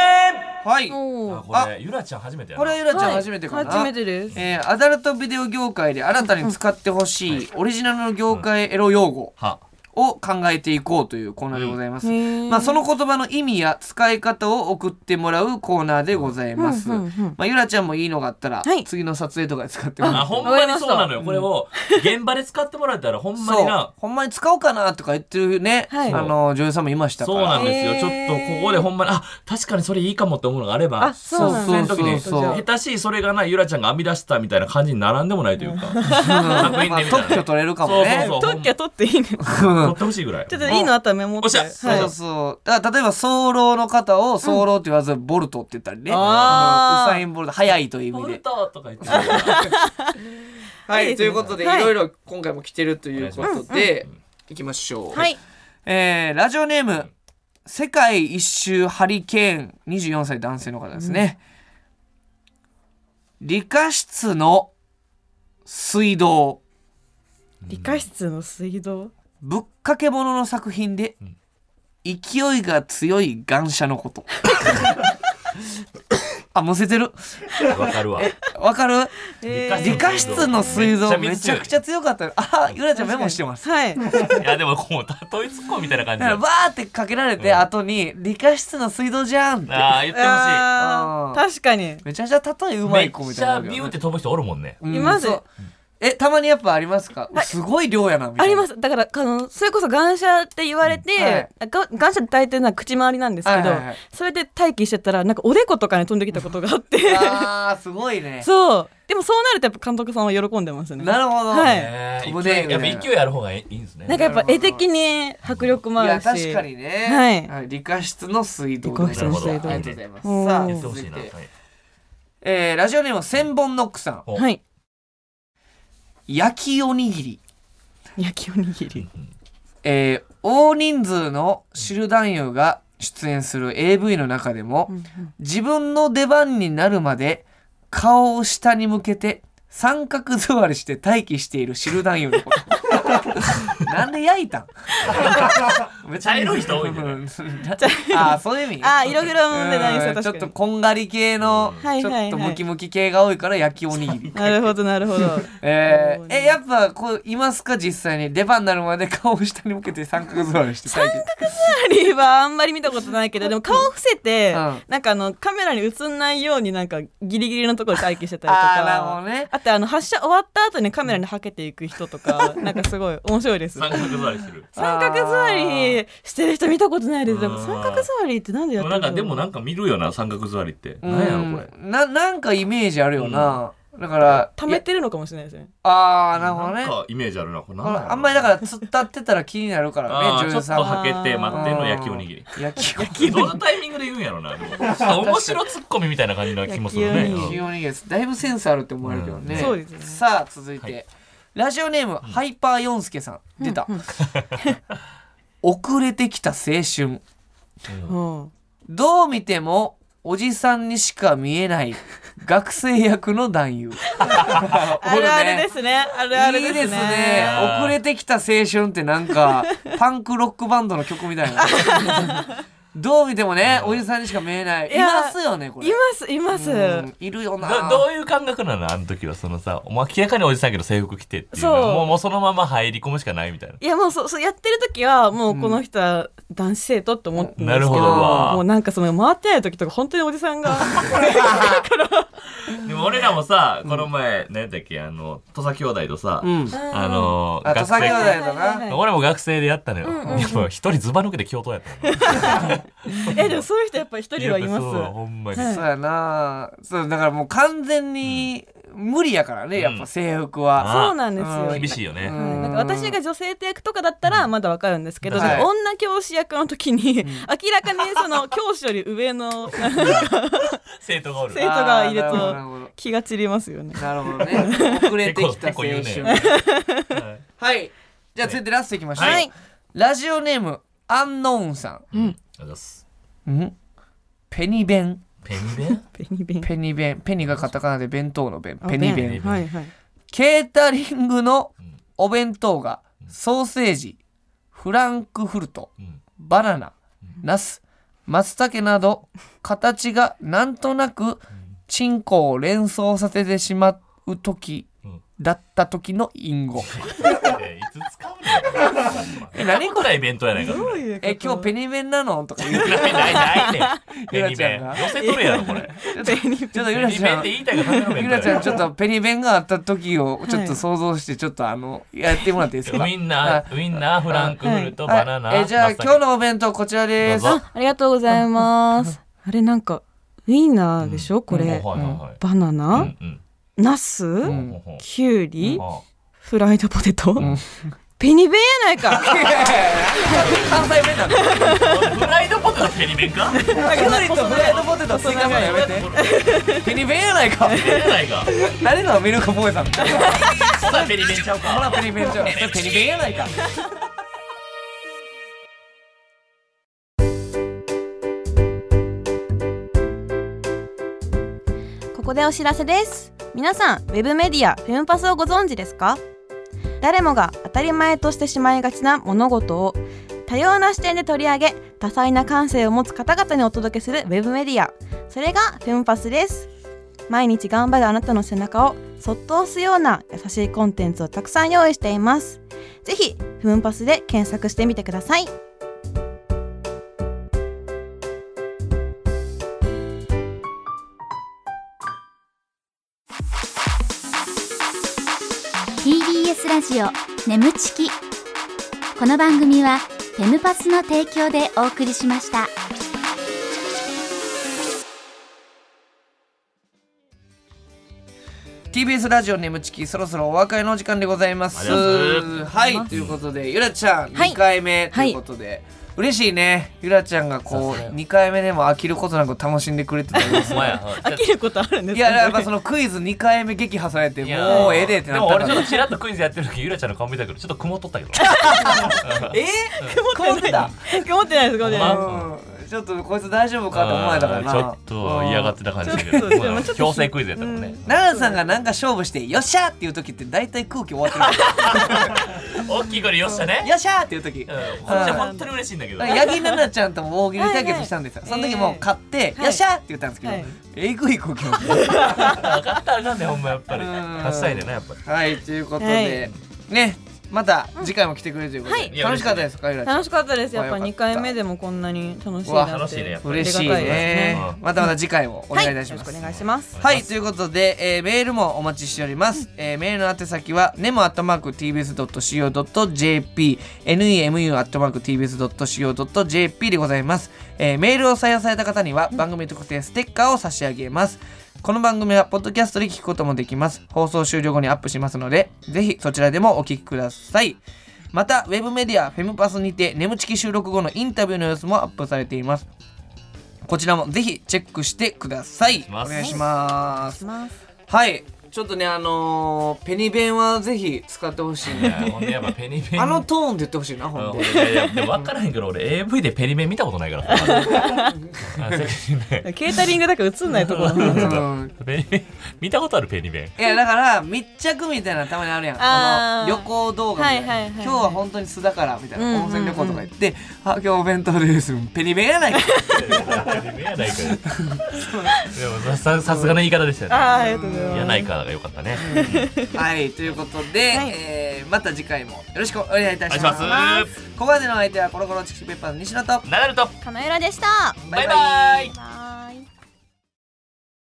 Speaker 2: はい。こ
Speaker 4: お
Speaker 3: あ
Speaker 4: ー
Speaker 3: これ、ゆらちゃん初めてやな
Speaker 2: れはゆらちゃん初めてかな。
Speaker 4: はい初めてです
Speaker 2: えーアダルトビデオ業界で新たに使ってほしいオリジナルの業界エロ用語。
Speaker 3: は。
Speaker 2: を考えていこうというコーナーでございます。
Speaker 4: うんへー
Speaker 2: まあその言葉の意味や使い方を送ってもらうコーナーでございます。
Speaker 4: うんうんうん
Speaker 2: まあゆらちゃんもいいのがあったら、
Speaker 4: はい
Speaker 2: 次の撮影とかで使ってもら
Speaker 3: あ、
Speaker 2: って。
Speaker 3: ほんまにそうなのよ。これを現場で使ってもらえたら、ほんま
Speaker 2: そう
Speaker 3: にな。
Speaker 2: ほんまに使おうかなとか言ってるね、
Speaker 4: はい
Speaker 2: あの女優さんもいましたか
Speaker 3: そ
Speaker 2: ら
Speaker 3: うなんですよ。
Speaker 4: へー
Speaker 3: ちょっとここでほんまに、あ、確かにそれいいかもって思うのがあれば
Speaker 4: あ、そうなんだ
Speaker 2: そう
Speaker 3: 時
Speaker 2: そう
Speaker 3: に
Speaker 2: そう
Speaker 3: 下手しいそれがなゆらちゃんが編み出したみたいな感じに並んでもないというか
Speaker 2: うん
Speaker 3: 確認
Speaker 2: まあ
Speaker 3: でみたいな
Speaker 2: 特許取れるかもね
Speaker 3: そう
Speaker 4: 特許取っていい
Speaker 2: <laughs>
Speaker 4: のちょ
Speaker 3: 取ってほしいぐらい
Speaker 4: っといいのあったらメモって
Speaker 3: おっしゃ
Speaker 2: そう
Speaker 4: は
Speaker 2: そうそうだから例えば早漏の方を早漏って言わずボルトって言ったりね、
Speaker 4: あー
Speaker 2: あのウサインボルト速いという意
Speaker 3: ボ
Speaker 2: 味
Speaker 3: ル
Speaker 2: で
Speaker 3: トとか言って
Speaker 2: はい
Speaker 4: いいです
Speaker 2: と
Speaker 4: ね
Speaker 2: いうことで、、
Speaker 4: はいい
Speaker 2: ろいろ今回も来てるということで、いきましょ
Speaker 4: い、
Speaker 2: う、
Speaker 4: はい、
Speaker 2: えーラジオネーム世界一周ハリケーン24歳男性の方ですね、理科室の水道
Speaker 4: 理科室の水道
Speaker 2: ぶっかけ物の作品で
Speaker 3: ん
Speaker 2: 勢いが強い願車のこと <laughs> あむせてる
Speaker 3: わかる <laughs> わ。
Speaker 2: わかる
Speaker 4: え
Speaker 3: ー
Speaker 2: 理科室の水道
Speaker 3: め
Speaker 2: め
Speaker 3: っち
Speaker 2: ち
Speaker 3: ゃ水強い
Speaker 2: ゃくちゃ強かったよあゆらちゃんメモしてます
Speaker 4: はい
Speaker 3: いやでもこう例えつっこみたいな感じ
Speaker 2: だから
Speaker 3: だ。
Speaker 2: バーってかけられて、
Speaker 3: うん
Speaker 2: 後に理科室の水道じゃんって
Speaker 3: ああ言ってほし
Speaker 4: あー確かに
Speaker 2: めちゃくちゃ例えう
Speaker 3: い。
Speaker 2: ま
Speaker 3: め
Speaker 2: い子
Speaker 3: っ
Speaker 2: み
Speaker 3: ち
Speaker 2: たいな
Speaker 3: ゃ
Speaker 2: のある
Speaker 3: ビ
Speaker 2: よね
Speaker 3: ューって飛ぶ人おるもんね。
Speaker 2: うん
Speaker 4: います
Speaker 2: そうえたまにやっぱありますか、すごい量やなみた
Speaker 4: あ
Speaker 2: い
Speaker 4: り
Speaker 2: な
Speaker 4: ますだからあのそれこそ願車って言われ
Speaker 2: うんはい
Speaker 4: て、あが願車って大抵なんか口周りなんですけど、
Speaker 2: はいはいはい
Speaker 4: それで待機してたらなんかおでことかに飛んできたことがあって
Speaker 2: あーすごい
Speaker 4: <laughs>
Speaker 2: ね
Speaker 4: そうでもそうなるとやっぱ監督さんは喜んでますね
Speaker 2: なるほど、
Speaker 4: はい
Speaker 3: えー
Speaker 2: 飛ぶ
Speaker 3: 勢
Speaker 2: ね
Speaker 3: いやっぱ勢いある方がいいんですね。
Speaker 4: なんかやっぱ絵的に迫力も
Speaker 2: い
Speaker 4: あ
Speaker 2: や
Speaker 4: るし
Speaker 2: 確かにね、
Speaker 4: はい
Speaker 2: 理科室の水道で
Speaker 4: 理科室
Speaker 3: の水道
Speaker 2: なるほどありがとうございます
Speaker 4: うん
Speaker 2: さあ
Speaker 4: うん
Speaker 3: 言ってほ
Speaker 2: 続
Speaker 3: し
Speaker 2: い
Speaker 3: いな。はい
Speaker 2: て、えーラジオネーム千本ノックさん
Speaker 3: お
Speaker 4: はい
Speaker 2: 焼きおにぎり
Speaker 4: 焼きおにぎ
Speaker 3: う
Speaker 4: り
Speaker 3: んうん
Speaker 2: えー大人数の汁男優が出演する AV の中でも、自分の出番になるまで顔を下に向けて三角座りして待機している汁男優のこと <laughs> なんで焼いた
Speaker 3: <laughs>
Speaker 2: ん
Speaker 3: 茶色い人多いんだよね
Speaker 2: <laughs> ああそういう意味
Speaker 4: あー色黒もねないです
Speaker 2: う
Speaker 4: よ
Speaker 2: んちょ
Speaker 4: 確
Speaker 2: っ
Speaker 4: か
Speaker 2: と
Speaker 4: に
Speaker 2: こんがり系の
Speaker 4: うん
Speaker 2: ちょっと
Speaker 4: はいはいはい
Speaker 2: ムキムキ系が多いから焼きおにぎり
Speaker 4: なるほどなるほど
Speaker 2: えー
Speaker 4: そうね
Speaker 2: えやっぱこういますか実際に出番になるまで顔を下に向けて三角座りして三角
Speaker 4: ハリーはあんまり見たことない
Speaker 2: <laughs>
Speaker 4: けどでも顔伏せて、
Speaker 2: うん
Speaker 4: なんかあのカメラに映んないようになんかギリギリのところで待機してたりと
Speaker 2: あ
Speaker 4: か
Speaker 2: ーなるほどね
Speaker 4: あとあの発射終わった後にカメラにはけていく人とか <laughs> なんかすごい面白いです
Speaker 3: 三角座りしてる。
Speaker 4: 三角座りしてる人見たことないですでも
Speaker 3: あー
Speaker 4: 三角座りってなんでや
Speaker 3: で
Speaker 4: っ
Speaker 3: も
Speaker 4: て
Speaker 3: な
Speaker 4: る
Speaker 3: んかでもなんか見るよな三角座りって。
Speaker 2: うん
Speaker 3: なんやろこれ。
Speaker 2: ななんかイメージあるよな、だから
Speaker 4: 溜めてるのかもしれないですね
Speaker 2: ああなるほど
Speaker 3: なん
Speaker 2: ね
Speaker 3: かイメージあるなこれなんやろ
Speaker 2: あんまりだから突っ立ってたら気になるからね
Speaker 3: あー
Speaker 2: 女
Speaker 3: ちょ
Speaker 2: 優
Speaker 3: っと
Speaker 2: さんは
Speaker 3: はけて待っての焼きおにぎり。
Speaker 2: 焼きおにぎり
Speaker 3: どのタイミングで言うんやろな。でもちょっと面白ツッコミみたいな感じな気もする
Speaker 4: 焼
Speaker 3: ね。
Speaker 4: きおにぎ
Speaker 2: 非
Speaker 3: うん
Speaker 2: 常にいいですだいぶセンスあるって思われるけどね、
Speaker 3: うん
Speaker 4: そうですね
Speaker 2: さあ続いて、
Speaker 3: はい
Speaker 2: ラジオネーム、ハイパーヨンスケさん出
Speaker 3: <laughs>
Speaker 2: た、遅れてきた青春
Speaker 4: うん
Speaker 2: どう見てもおじさんにしか見えない学生役の男
Speaker 3: <laughs>
Speaker 2: 優
Speaker 4: あるあるですねあるある
Speaker 2: い
Speaker 4: で
Speaker 2: いですす
Speaker 4: ね
Speaker 2: ね
Speaker 3: あー
Speaker 2: 遅れてきた青春ってなん
Speaker 4: <laughs>
Speaker 2: かパンクロックバンドの曲みたいなどう見てもねおじさんにしか見えないい
Speaker 4: いや
Speaker 2: ますよねこれ
Speaker 4: いますいます
Speaker 2: うんいるよな
Speaker 3: どどういう感覚なのあの時はそのさもう明らかにおじさんやけど制服着てっていうのは
Speaker 4: そう
Speaker 3: もうもうそのまま入り込むしかないみたいない
Speaker 4: やもうそうそうやってる時はもうこの人は男子生徒って思ってるんですけ
Speaker 3: なる
Speaker 4: ど、
Speaker 3: ほど
Speaker 4: もう
Speaker 3: わ
Speaker 4: なんかその回ってない時とか本当におじさん <laughs> が
Speaker 3: でも俺らもさこの前何やったっけあの土佐兄弟とさ、
Speaker 2: うん
Speaker 3: あの
Speaker 2: あと
Speaker 3: 学生
Speaker 2: 先ほどやった
Speaker 4: はいはい
Speaker 2: な
Speaker 4: はい
Speaker 3: 俺も学生でやったのよ、でも一人ズバ抜けて教頭やったの
Speaker 4: <laughs> えでもそういう人やっぱ一人はいます
Speaker 3: そうほんまに、
Speaker 4: はい
Speaker 2: そうやなそうだからもう完全に無理やからね、
Speaker 3: うん
Speaker 2: やっぱ制服は、
Speaker 4: そうなんです
Speaker 2: うん
Speaker 4: よ
Speaker 3: 厳しいよね、
Speaker 2: うん
Speaker 4: なんか私が女性って役とかだったらまだわかるんですけど、
Speaker 2: はい
Speaker 4: なんか女教師役の時に、明らかにその教師より上の
Speaker 3: 生徒がおる
Speaker 4: 生徒がいる
Speaker 2: あーなるほど
Speaker 4: と気が散りますよね。
Speaker 2: なるほどね遅れてきた青春、
Speaker 3: 結構はい
Speaker 2: はいじゃあ続いてラストいきましょう、
Speaker 4: はい、
Speaker 2: ラジオネームアンノーンさ
Speaker 3: ありがとうございます
Speaker 2: んんペニベン
Speaker 3: ペンベン
Speaker 4: ペニベン。
Speaker 2: ペニベンペニがカタカナで弁当の弁
Speaker 4: あ
Speaker 2: ペニベ
Speaker 3: ペ
Speaker 2: ン
Speaker 3: ニベン
Speaker 4: はいはい。
Speaker 2: ケータリングのお弁当がソーセージフランクフルト
Speaker 3: うん
Speaker 2: バナナナス松茸など形がなんとなくチンコを連想させてしまう時
Speaker 3: うん
Speaker 2: だった時の隠
Speaker 3: <laughs>
Speaker 2: 語
Speaker 3: えいつ使うねん
Speaker 2: え
Speaker 3: 何
Speaker 2: 何
Speaker 3: これイベントやないか
Speaker 4: どういうこと
Speaker 2: え今日ペニベンなのとか言う
Speaker 3: ないないないねんペニベ
Speaker 2: ゆ
Speaker 3: ン
Speaker 2: ら
Speaker 3: 寄
Speaker 2: ちゃんが
Speaker 3: せとるやろこれ
Speaker 4: ペニベン。
Speaker 2: ちょっと
Speaker 3: ペ
Speaker 2: ゆ
Speaker 3: ニ
Speaker 2: ら
Speaker 3: ベ
Speaker 2: ち
Speaker 3: ン
Speaker 2: ゃ
Speaker 3: っ
Speaker 2: ん
Speaker 3: て言いたいがための弁
Speaker 2: ゆら
Speaker 3: 当や
Speaker 2: ちゃんちょっ
Speaker 3: ろ
Speaker 2: とペニベンがあった時をちょっと想像してちょっとあのやってもらっていいですか
Speaker 3: ウインナーウインナーフランクフルトバナナ
Speaker 2: はいえじゃあ
Speaker 3: マスタ
Speaker 2: 今
Speaker 3: ード
Speaker 2: 日のお弁当こちらです
Speaker 3: どうぞ
Speaker 4: あ、ありがとうございます。あれなんかウィンナーでしょ、これ、
Speaker 3: うんはいはい
Speaker 4: バナナ、
Speaker 3: はいうん
Speaker 4: ナス、
Speaker 3: うん
Speaker 2: ん
Speaker 3: ほうほうほう
Speaker 4: キュウリ、
Speaker 3: あ
Speaker 4: フライドポテト、
Speaker 2: ん
Speaker 4: ペニベンやないか。
Speaker 2: 関西弁なんだ
Speaker 3: フライドポテトペニベンかペ
Speaker 2: キュウリとフライドポテト追加するのやめてペニベンやないか
Speaker 3: ニベンやないか
Speaker 2: 誰のミルクボーイさんほ
Speaker 3: そらペニベンちゃ
Speaker 2: <laughs>
Speaker 3: うから
Speaker 2: ペニベンじゃんそれペニベンやないか
Speaker 5: こここでお知らせです皆さんウェブメディアフェムパスをご存知ですか誰もが当たり前としてしまいがちな物事を多様な視点で取り上げ多彩な感性を持つ方々にお届けするウェブメディアそれがフェムパスです毎日頑張るあなたの背中をそっと押すような優しいコンテンツをたくさん用意していますぜひフェムパスで検索してみてください
Speaker 6: ー TBS ラジオ眠ちきこの番組はフェムパスの提供でお送りしました。
Speaker 2: TBS ラジオ眠ちきそろそろお別れの時間でございます
Speaker 3: ありがとうござい
Speaker 2: はいということでゆらちゃん
Speaker 5: はい
Speaker 2: 2回目と
Speaker 5: はいいう
Speaker 2: ことで、嬉しいねゆらちゃんがこ
Speaker 3: そうだよ
Speaker 2: う2回目でも飽きることなく楽しんでくれてたん <laughs> です
Speaker 3: お前や
Speaker 4: 飽きることあるんです
Speaker 2: い
Speaker 4: か
Speaker 2: ややっぱそのクイズ2回目撃破されて
Speaker 3: いや
Speaker 2: もうええでってなった
Speaker 3: でも俺ちょっ
Speaker 2: ら
Speaker 3: とちらっとクイズやってる時ゆらちゃんの顔見たけどちょっと曇っとったけど
Speaker 2: え
Speaker 4: 曇ってない曇ってないです曇ってない
Speaker 3: ほんま
Speaker 4: で
Speaker 2: うんちょっとこいつ大丈夫かと思われたからな
Speaker 3: ちょっと嫌がってた感じだけど
Speaker 4: うんちょっとでもちょっと
Speaker 3: 強制クイズやったもんね
Speaker 2: 奈良さんがなんか勝負して「よっしゃ!」っていう時って大体空気終わってる
Speaker 3: 大きい声でよっし
Speaker 2: 「
Speaker 3: ゃね
Speaker 2: よっしゃ!」っていう時
Speaker 3: うんこっちは本当に嬉しいんだけど
Speaker 2: 八木奈々ちゃんとも大喜利対決したんですよ
Speaker 4: はい
Speaker 2: そ
Speaker 4: はい
Speaker 2: の時もう勝って「
Speaker 4: ええ
Speaker 2: よっしゃ!」って言ったんですけど
Speaker 4: はい
Speaker 2: えぐい空気を
Speaker 3: 分かったらあかんねほんまやっぱり
Speaker 2: うん
Speaker 3: 勝ちたいでなやっぱり
Speaker 2: はいということ
Speaker 4: は
Speaker 2: でねまた次回も来てくれるということ
Speaker 5: は
Speaker 2: で
Speaker 5: い
Speaker 2: 楽しかったですかゆら
Speaker 4: す
Speaker 2: ちゃん
Speaker 4: 楽しかったですやっぱ
Speaker 2: よかった
Speaker 4: 2回目でもこんなに楽しいう
Speaker 2: わ
Speaker 4: なっ
Speaker 3: 楽しいねや
Speaker 4: て
Speaker 3: っぱり
Speaker 2: 嬉しい
Speaker 4: ありがたい
Speaker 2: ね
Speaker 4: で
Speaker 2: またまた次回もお願いいたし
Speaker 5: よ
Speaker 2: ま
Speaker 5: ろしく
Speaker 2: す
Speaker 5: お願いします
Speaker 2: はい、ということで、えーメールもお待ちしております。えーメールの宛先は、nemo.tbs.co.jp、nemu.tbs.co.jp でございます、えーメールを採用された方には、番組特製ステッカーを差し上げます。この番組は、ポッドキャストで聞くこともできます。放送終了後にアップしますので、ぜひそちらでもお聞きください。また、ウェブメディア、フェムパスにて、眠ちき収録後のインタビューの様子もアップされています。こちらもぜひチェックしてください。お
Speaker 3: ます
Speaker 2: 願いします。
Speaker 5: ます
Speaker 2: はい。ちょっとね、あのーペニベンはぜひ使ってほしい
Speaker 4: <laughs>
Speaker 3: い
Speaker 2: ね。
Speaker 3: やほんでやっぱペニペニ
Speaker 2: あのトーンで言ってほしいな、
Speaker 3: うん
Speaker 2: ほん
Speaker 3: 俺
Speaker 2: で。
Speaker 3: いやいやでも分からへんけど俺 AV でペニメ見たことないからさあそうね
Speaker 4: すケータリングだから映んないところ
Speaker 2: うん
Speaker 3: ペニメ見たことあるペニメ
Speaker 2: いやだから密着みたいなのたまにあるやんあ
Speaker 4: あー
Speaker 2: の旅行動画みたいな、
Speaker 4: はいはいはいはい
Speaker 2: 今日は本当に素だからみたいな、
Speaker 4: うんうんうん
Speaker 2: 温泉旅行とか行って「あ今日お弁当です」ペニベン
Speaker 4: <laughs>
Speaker 2: やないか
Speaker 3: ペニメやないかよでもさささすがの言い方でしたよね
Speaker 4: あーありがとうございます
Speaker 3: やないかが良かったね。
Speaker 2: はい、ということで、えーまた次回もよろしくお願いいたします。
Speaker 3: お願いします
Speaker 2: ここまでのお相手はコロコロチキチキペッパーの西野と、
Speaker 3: ナダルと
Speaker 5: 金浦でした
Speaker 3: バイバイ
Speaker 5: バイ